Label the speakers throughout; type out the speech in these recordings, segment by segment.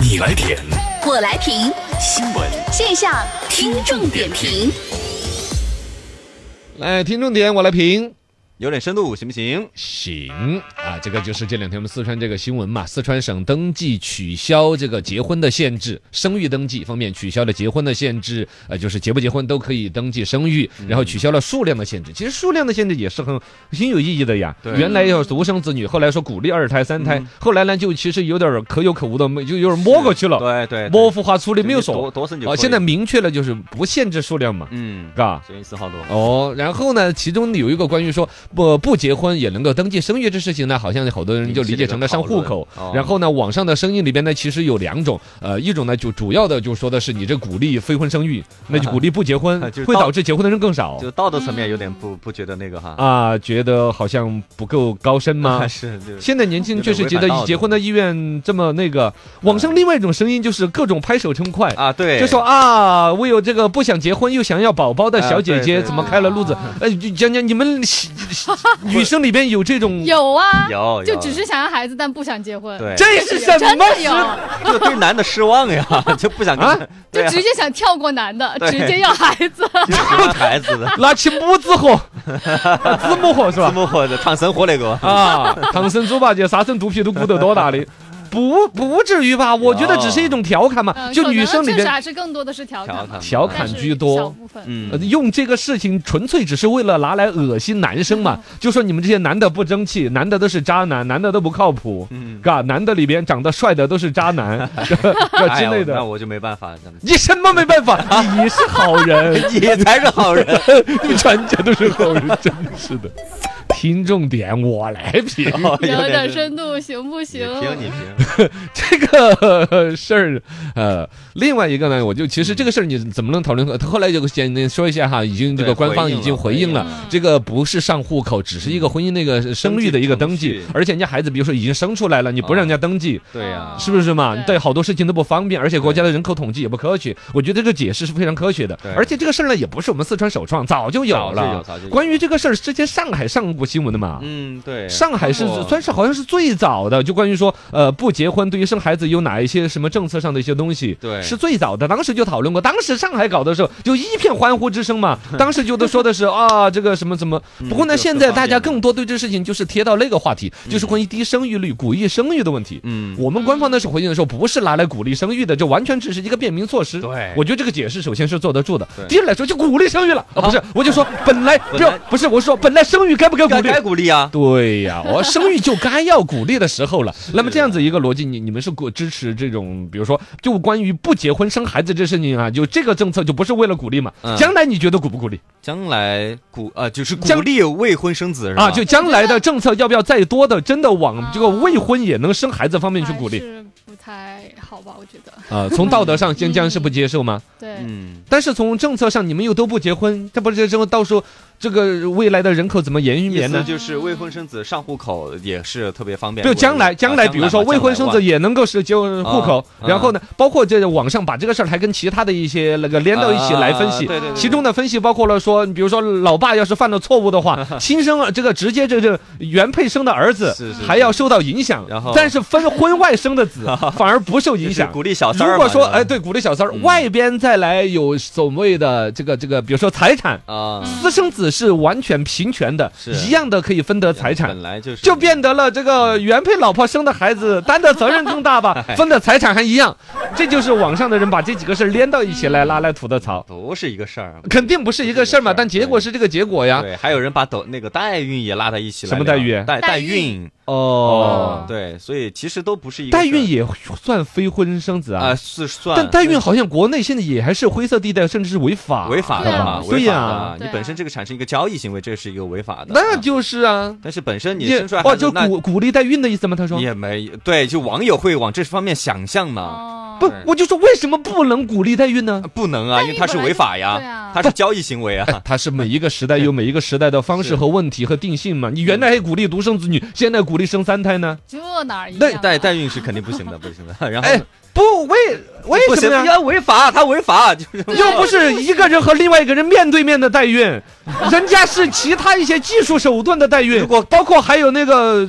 Speaker 1: 你来点，
Speaker 2: 我来评，
Speaker 1: 新闻
Speaker 2: 线上听众点评。
Speaker 3: 来，听重点，我来评。
Speaker 4: 有点深度行不行？
Speaker 3: 行啊，这个就是这两天我们四川这个新闻嘛，四川省登记取消这个结婚的限制，生育登记方面取消了结婚的限制，呃，就是结不结婚都可以登记生育，然后取消了数量的限制。其实数量的限制也是很很有意义的呀。
Speaker 4: 对
Speaker 3: 原来要独生子女，后来说鼓励二胎、三胎，后来呢就其实有点儿可有可无的，就有点摸过去了，
Speaker 4: 对对，
Speaker 3: 模糊化处理
Speaker 4: 对
Speaker 3: 没有
Speaker 4: 多
Speaker 3: 说。
Speaker 4: 多生就可
Speaker 3: 哦，
Speaker 4: 以
Speaker 3: 现在明确了就是不限制数量嘛，
Speaker 4: 嗯
Speaker 3: 是，吧？
Speaker 4: 所以四号多。
Speaker 3: 哦，然后呢，其中有一个关于说不不结婚也能够登记生育这事情呢，好像好多人就理解成了上户口
Speaker 4: 引起了一个讨。论哦
Speaker 3: 然后呢，网上的声音里边呢，其实有两种，呃，一种呢就主要的就说的是你这鼓励非婚生育，那就鼓励不结婚
Speaker 4: 就是，
Speaker 3: 会
Speaker 4: 到
Speaker 3: 导致结婚的人更少
Speaker 4: 就道德层面有点不不觉得那个 哈，？
Speaker 3: 啊，觉得好像不够高深吗
Speaker 4: 是就是
Speaker 3: 现在年轻人确实觉
Speaker 4: 有
Speaker 3: 得
Speaker 4: 点违反道德嗯
Speaker 3: 结婚的意愿这么那个，网上另外一种声音就是各种拍手称快，
Speaker 4: 啊，对，
Speaker 3: 就说啊，我有这个不想结婚又想要宝宝的小姐
Speaker 4: 啊对
Speaker 3: 姐，
Speaker 4: 对
Speaker 3: 怎么开了路子？呃，就讲讲你们女 生里边有这种，
Speaker 5: 有啊，
Speaker 4: 有
Speaker 5: 就
Speaker 4: 有
Speaker 5: 只是想要孩子，但不想结婚。
Speaker 4: 对，
Speaker 3: 这是什
Speaker 5: 真
Speaker 3: 么
Speaker 5: 的
Speaker 3: 时
Speaker 5: 有，
Speaker 3: 候？
Speaker 4: 这个对男的失望 呀，就不想跟
Speaker 3: 啊
Speaker 4: 对
Speaker 5: 就
Speaker 4: 啊
Speaker 5: 直接想跳过男的，
Speaker 4: 对
Speaker 5: 直接要孩 子。
Speaker 4: 就喜欢孩子的，
Speaker 3: 拿起母子 火，啊子母 火是
Speaker 4: 怎
Speaker 3: 吧？
Speaker 4: 么活的唐僧活那个，
Speaker 3: 啊，唐僧猪八戒、沙僧肚皮都鼓得多大的？不不至于吧？我觉得只是一种调侃嘛，
Speaker 5: 嗯，
Speaker 3: 就
Speaker 5: 可
Speaker 3: 女
Speaker 5: 能
Speaker 3: 生里
Speaker 5: 确实
Speaker 3: 边
Speaker 5: 还是更多的是调
Speaker 4: 调侃
Speaker 5: 嘛
Speaker 4: 嘛
Speaker 3: 调
Speaker 5: 但
Speaker 3: 侃
Speaker 5: 是
Speaker 3: 居多
Speaker 5: 小。部分。
Speaker 3: 呃
Speaker 4: 嗯，
Speaker 3: 用这个事情纯粹只是为了拿来恶心男生嘛，
Speaker 4: 嗯
Speaker 3: 就说你们这些男的不争气，男的都是渣男，男的都不靠谱，
Speaker 4: 嗯，
Speaker 3: 嘎，男的里边长得帅的都是渣男 嘎
Speaker 4: 哎
Speaker 3: 之
Speaker 4: 呀
Speaker 3: 类的
Speaker 4: 那。我就没办法，真的
Speaker 3: 你什么没办法？ 你是好人，
Speaker 4: 你才是好人，
Speaker 3: 你们全家都是好人，真是的。听重点，我来评
Speaker 4: 哦有
Speaker 5: 有点
Speaker 4: 深，
Speaker 5: 深度行不
Speaker 4: 你
Speaker 5: 行？
Speaker 4: 评你 评，
Speaker 3: 这个呃事儿。呃，另外一个呢，我就其实这个事儿你怎么能讨论？后来就先说一下哈，已经这个
Speaker 4: 对
Speaker 3: 官方
Speaker 4: 回应
Speaker 3: 已
Speaker 4: 了
Speaker 3: 经回应了
Speaker 5: 回应了，
Speaker 3: 这个不是上户口，只是一个婚姻那个生育的一个登
Speaker 4: 登
Speaker 3: 记
Speaker 4: 记，
Speaker 3: 而且人家孩子比如说已经生出来了，你不让人家登记，
Speaker 4: 啊对 呀，
Speaker 3: 是不是嘛？
Speaker 5: 对
Speaker 3: 对，好多事情都不方便，而且国家的人口统计也不科学。我觉得这个解释是非常科学的
Speaker 4: 对，
Speaker 3: 而且这个事儿呢，也不是我们四川首创，早就有
Speaker 4: 早就
Speaker 3: 了
Speaker 4: 有。早就有
Speaker 3: 关于这个事儿，之前上海上过新闻的嘛。
Speaker 4: 嗯对，
Speaker 3: 上海是
Speaker 4: 哦
Speaker 3: 算是好像是最早的，就关于说，呃，不结婚对于生孩子有哪一些什么政策上的一些东西，
Speaker 4: 对
Speaker 3: 是最早的。当时就讨论过，当时上海搞的时候就一片欢呼之声 嘛。当时就都说的是啊，这个什么什么。不过呢，
Speaker 4: 嗯就
Speaker 3: 现
Speaker 4: 各
Speaker 3: 在
Speaker 4: 方
Speaker 3: 大家
Speaker 4: 面的
Speaker 3: 更多对这事情就是贴到那个话题，就是关于低生育率、鼓励生育的问题。
Speaker 4: 嗯
Speaker 3: 我们官方当时回应的时候，不是拿来鼓励生育的，这完全只是一个便民措施。
Speaker 4: 对
Speaker 3: 我觉得这个解释首先是坐得住的。
Speaker 4: 对
Speaker 3: 第二来说，就鼓励生育 了啊，不是，我就说本来不
Speaker 4: 本来
Speaker 3: 要，不是，我说本来生育该不该鼓
Speaker 4: 该
Speaker 3: 励？
Speaker 4: 该鼓励啊，
Speaker 3: 对 呀、我生育就该要鼓励的时候了。那么这样子一个逻辑，你你们是鼓支持这种，比如说，就关于不结婚生孩子这事情啊，就这个政策就不是为了鼓励嘛？
Speaker 4: 嗯
Speaker 3: 将来你觉得鼓不鼓励
Speaker 4: 将来鼓啊就是鼓
Speaker 3: 将
Speaker 4: 励未婚生子是吧哦
Speaker 3: 啊？就将来的政策要不要再多的真的往这个未婚也能生孩子方面去鼓励
Speaker 5: 还是不太好吧？我觉得，
Speaker 3: 啊、从道德上先将是不接受吗？
Speaker 5: 对，
Speaker 4: 嗯
Speaker 3: 但是从政策上，你们又都不结婚，这不是之后到时候这个未来的人口怎么延
Speaker 4: 意
Speaker 3: 绵
Speaker 4: 思
Speaker 3: 呢？
Speaker 4: 就是未婚生子上户口也是啊特别方便。
Speaker 3: 就将来，将来，比如说未婚生子
Speaker 4: 也
Speaker 3: 也能够是结婚户口，
Speaker 4: 啊
Speaker 3: 然后呢，包括这网上把这个事儿还跟其他的一些那个连到一起来分析。
Speaker 4: 啊对对对，
Speaker 3: 其中的分析包括了说，你比如说老爸要是犯了错误的 话，亲生儿这个直接这这原配生的儿子
Speaker 4: 是是
Speaker 3: 还要受到影响，
Speaker 4: 然后
Speaker 3: 但是分婚外生的 子反而不受影
Speaker 4: 就是
Speaker 3: 响。
Speaker 4: 鼓励小三儿嘛。
Speaker 3: 如果说
Speaker 4: 是吧
Speaker 3: 哎，对，鼓励小三儿，
Speaker 4: 嗯
Speaker 3: 外边再来有所谓的这个这个，比如说财产，
Speaker 4: 啊，
Speaker 3: 私生子是完全平权的，
Speaker 4: 是
Speaker 3: 一样的可以分得财产
Speaker 4: 本。来就是
Speaker 3: 就变得了，这个原配老婆生的孩子担的责任更大 吧，分的财产还一样，这就是网上的人把这几个事儿连到一起来拉来吐的槽，
Speaker 4: 不是一个事儿。
Speaker 3: 肯定不是一个事儿嘛，但结果是这个结果呀。
Speaker 4: 对，还有人把抖那个代孕也拉在一起来
Speaker 3: 啊什
Speaker 4: 聊。
Speaker 3: 么代孕
Speaker 4: 代代
Speaker 5: 代
Speaker 4: 孕。
Speaker 3: 哦，
Speaker 4: 对，所以其实都不是一个
Speaker 3: 代孕
Speaker 4: 事
Speaker 3: 也算非婚生子
Speaker 4: 儿啊，
Speaker 3: 啊，
Speaker 4: 是算，
Speaker 3: 但代孕好像国内现在也还是灰色地带，甚至是违法
Speaker 4: 违法
Speaker 5: 对
Speaker 4: 的
Speaker 5: 啊
Speaker 4: 嘛，
Speaker 3: 对
Speaker 4: 违
Speaker 3: 呀、
Speaker 4: 法的。
Speaker 5: 对
Speaker 4: 你
Speaker 5: 啊
Speaker 4: 本身这个产生一个交易行为，这是一个违法的。
Speaker 3: 那
Speaker 4: 啊
Speaker 3: 就是啊，
Speaker 4: 但是本身你
Speaker 3: 也
Speaker 4: 生出来
Speaker 3: 哦，
Speaker 4: 孩子
Speaker 3: 就
Speaker 4: 那
Speaker 3: 鼓鼓励代孕的意思吗？他说
Speaker 4: 也没对，就网友会往这方面想象嘛。
Speaker 5: 哦
Speaker 3: 不
Speaker 4: 对，
Speaker 3: 我就说为什么不能鼓励代孕呢？
Speaker 4: 不能啊，因为它是违法
Speaker 5: 对
Speaker 4: 呀
Speaker 5: 啊，
Speaker 4: 它是交易行为啊。
Speaker 3: 哎，它是每一个时代有每一个时代的方式
Speaker 4: 是
Speaker 3: 和问题和定性
Speaker 4: 嗯
Speaker 3: 嘛。你原来还鼓励独生子女，现在鼓励生三胎呢？
Speaker 5: 这哪儿一
Speaker 4: 代
Speaker 5: 样啊？
Speaker 4: 代代孕是肯定不行的，不行啊的。 然后
Speaker 3: 哎，不为为
Speaker 4: 不
Speaker 3: 什
Speaker 4: 行，
Speaker 3: 么呀？
Speaker 4: 要违法，他违法 就是啊
Speaker 3: 又不是一个人和另外一个人面对面的代 孕，人家是其他一些技术手段的代孕，
Speaker 4: 如果
Speaker 3: 包括还有那个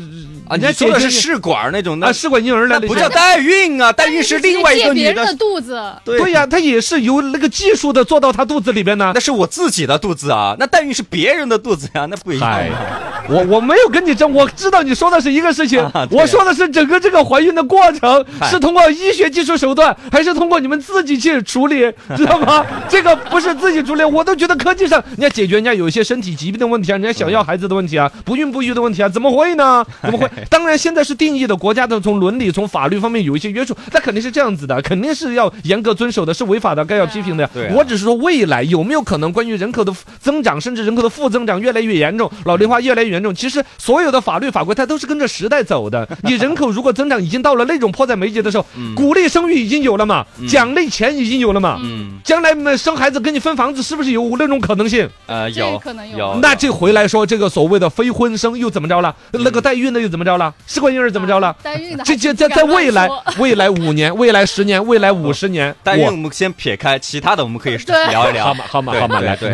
Speaker 4: 啊，
Speaker 3: 你
Speaker 4: 人家说
Speaker 3: 姐
Speaker 4: 的
Speaker 3: 姐
Speaker 4: 是试管儿那种，
Speaker 3: 啊，
Speaker 4: 那
Speaker 3: 试管婴儿来
Speaker 4: 那
Speaker 3: 的
Speaker 4: 不
Speaker 3: 就
Speaker 4: 叫代孕啊，代孕是另外一个
Speaker 5: 借别
Speaker 4: 女
Speaker 5: 人的
Speaker 4: 的，
Speaker 5: 肚子，
Speaker 3: 对呀、他也是由那个技术的做到他肚子里边呢。
Speaker 4: 那是我自己的肚子啊，那代孕是别人的肚子呀、那不一样
Speaker 3: 嗨
Speaker 4: 啊。，
Speaker 3: 我我没有跟你争，我知道你说的是一个事情，
Speaker 4: 啊对
Speaker 3: 我说的是整个这个怀孕的过程
Speaker 4: 嗨
Speaker 3: 是通过医学技术手段，还是通过你们自己去处理，知道 吗？这个不是自己处理，我都觉得科技上人家解决人家有一些身体疾病的问题啊，人家想要孩子的问题啊，不孕不育的问题啊，怎么会 呢？怎么会？当然现在是定义的，国家的从伦理从法律方面有一些约束，那肯定是这样子的，肯定是要严格遵守的，是违法的，该要批评的呀。
Speaker 4: 对啊
Speaker 3: 我只是说未来有没有可能关于人口的增长，甚至人口的负增长越来越严重，老龄
Speaker 4: 嗯
Speaker 3: 化越来越严重。其实所有的法律法规它都是跟着时代走的。你人口如果增长已经到了那种迫在眉睫的时候，鼓励生育已经有了嘛，奖励钱已经有了嘛。
Speaker 4: 嗯，
Speaker 3: 将来嘛生孩子跟你分房子，是不是有那种可能性？
Speaker 4: 呃，
Speaker 5: 这个
Speaker 4: 有
Speaker 5: 可能有
Speaker 4: 有，
Speaker 3: 那这回来说这个所谓的非婚生又怎么着了？那
Speaker 4: 嗯
Speaker 3: 个代孕的又怎么着了？试管婴儿怎么着了
Speaker 5: 啊？代孕的
Speaker 3: 这
Speaker 5: 还
Speaker 3: 这
Speaker 5: 是
Speaker 3: 在
Speaker 5: 不
Speaker 3: 在
Speaker 5: 敢乱
Speaker 3: 未来
Speaker 5: 说
Speaker 3: 未来五年、未来十年、未来五十年，
Speaker 4: 嗯代孕
Speaker 3: 我
Speaker 4: 我们先撇开，其他的我们可以
Speaker 5: 对
Speaker 4: 聊一聊。
Speaker 3: 好嘛好嘛
Speaker 4: 对
Speaker 3: 好嘛，
Speaker 4: 对
Speaker 3: 来
Speaker 4: 对，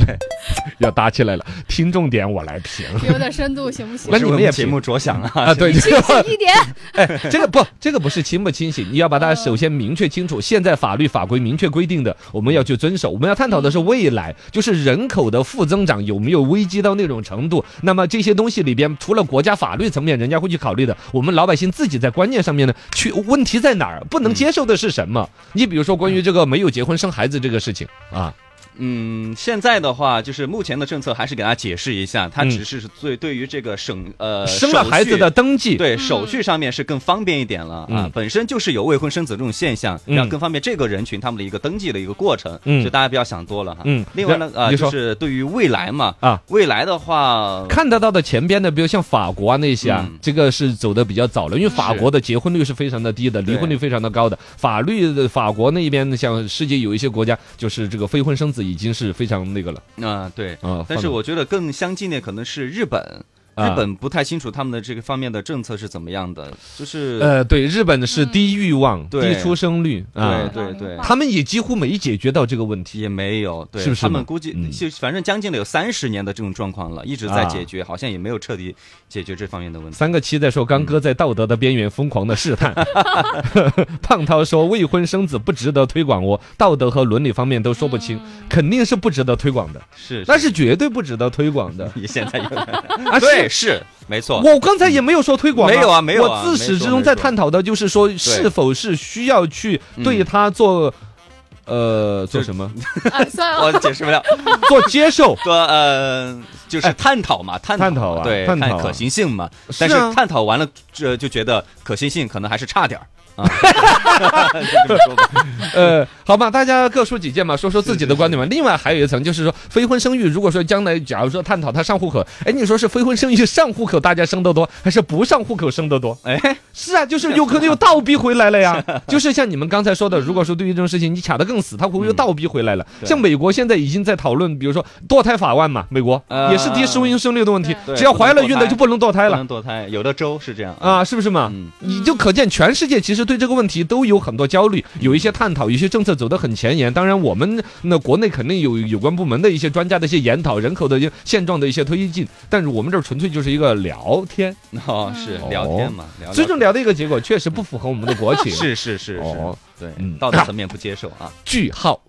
Speaker 3: 要打起来了，听重点我来评
Speaker 5: 有点深度行不行
Speaker 3: 那？
Speaker 4: 是
Speaker 3: 你
Speaker 4: 为
Speaker 3: 们
Speaker 4: 我
Speaker 3: 也
Speaker 4: 节
Speaker 3: 评
Speaker 4: 目着想啊。
Speaker 3: 啊，对，
Speaker 5: 清醒一点，
Speaker 3: 这个不，这个不是清不清醒，你要把它首先明确清楚。现在法律法规明确规定的，我们要去遵守。我们要探讨的是未来，就是人口的负增长有没有危机到那种程度。那么这些东西里边，除了国家法律层面人家会去考虑的，我们老百姓自己在观念上面呢，去问题在哪儿，不能接受的是什么？你比如说关于这个没有结婚生孩子这个事情啊，
Speaker 4: 嗯，现在的话，就是目前的政策还是给大家解释一下，它
Speaker 3: 嗯
Speaker 4: 只是对对于这个省呃
Speaker 3: 生了
Speaker 4: 手
Speaker 3: 孩子
Speaker 4: 续
Speaker 3: 的登记，
Speaker 4: 对手续上面是更方便一点了啊
Speaker 3: 嗯，
Speaker 4: 本身就是有未婚生子这种现象，
Speaker 3: 嗯
Speaker 4: 要更方便这个人群他们的一个登记的一个过程，
Speaker 3: 嗯
Speaker 4: 所以大家不要想多了哈。
Speaker 3: 嗯
Speaker 4: 另外呢，
Speaker 3: 然
Speaker 4: 啊，
Speaker 3: 你说
Speaker 4: 就是对于未来嘛，
Speaker 3: 啊，
Speaker 4: 未来的话，
Speaker 3: 看得到的前边的，比如像法国啊那些啊，
Speaker 4: 嗯
Speaker 3: 这个是走的比较早了，因为法国的结婚率是非常的低的，离
Speaker 4: 对
Speaker 3: 婚率非常的高的。法律的法国那边像世界有一些国家，就是这个非婚生子已经是非常那个了
Speaker 4: 嗯，对，
Speaker 3: 啊。
Speaker 4: 但是
Speaker 3: 放
Speaker 4: 我觉得更相近的可能是日本。
Speaker 3: 啊
Speaker 4: 日本不太清楚他们的这个方面的政策是怎么样的，就是
Speaker 3: 呃，对，日本是低欲望、
Speaker 4: 嗯对
Speaker 3: 低出生率啊，
Speaker 4: 对对
Speaker 3: 他们也几乎没解决到这个问题。
Speaker 4: 也没有，对
Speaker 3: 是不是
Speaker 4: 他们
Speaker 3: 嘛
Speaker 4: 估计
Speaker 3: 嗯
Speaker 4: 就反正将近了有三十年的这种状况了，一直
Speaker 3: 啊
Speaker 4: 在解决，好像也没有彻底解决这方面的问题。
Speaker 3: 三个七在说刚
Speaker 4: 嗯
Speaker 3: 哥在道德的边缘疯狂的试探， 胖涛说未婚生子不值得推广哦，道德和伦理方面都说不清，肯定是不值得推广的，
Speaker 4: 是，
Speaker 3: 那是绝对不值得推广 的。
Speaker 4: 你现在有
Speaker 3: 啊，
Speaker 4: 对
Speaker 3: 是。
Speaker 4: 是没错，
Speaker 3: 我刚才也没有说推广、
Speaker 4: 没有啊没有啊
Speaker 3: 我自始至终在探讨的就是说，是否是需要去对他做，呃，
Speaker 4: 嗯
Speaker 3: 做什么？
Speaker 5: 啊，算了，
Speaker 4: 我解释不了。
Speaker 3: 做接受。
Speaker 4: 说呃，就是探讨嘛，探
Speaker 3: 哎探讨啊
Speaker 4: 对，
Speaker 3: 探讨啊
Speaker 4: 看可行性嘛。
Speaker 3: 是啊
Speaker 4: 但是探讨完了，这就觉得可行性可能还是差点儿 啊。这么说吧
Speaker 3: 呃，好吧，大家各抒己见嘛，说说自己的观点嘛。另外还有一层就是说，非婚生育，如果说将来假如说探讨他上户口，哎，你说是非婚生育上户口大家生得多，还是不上户口生得多？
Speaker 4: 哎，
Speaker 3: 是啊，就是有可能又倒逼回来了呀。 就是像你们刚才说的，如果说对于这种事情你卡得更死，他会不会又倒逼回来了？
Speaker 4: 对
Speaker 3: 像美国现在已经在讨论，比如说堕胎法案嘛，美国
Speaker 4: 呃
Speaker 3: 也是低婚生率的问题，
Speaker 4: 对
Speaker 3: 只要怀了孕的就不能堕胎
Speaker 4: 不
Speaker 3: 了
Speaker 4: 能堕胎，有的州是这样
Speaker 3: 啊，是不是嘛？
Speaker 4: 嗯，
Speaker 3: 你就可见全世界其实对这个问题都有很多焦虑，有一些探讨，有一些政策走得很前沿。当然，我们那国内肯定有有关部门的一些专家的一些研讨，人口的一些现状的一些推进。但是我们这儿纯粹就是一个聊天，
Speaker 4: 哦是
Speaker 3: 嗯
Speaker 4: 聊天嘛，聊
Speaker 3: 最终聊的一个结果确实不符合我们的国 情。
Speaker 4: 是是是是
Speaker 3: 哦，
Speaker 4: 对
Speaker 3: 嗯，
Speaker 4: 道德层面不接受啊。
Speaker 3: 句号。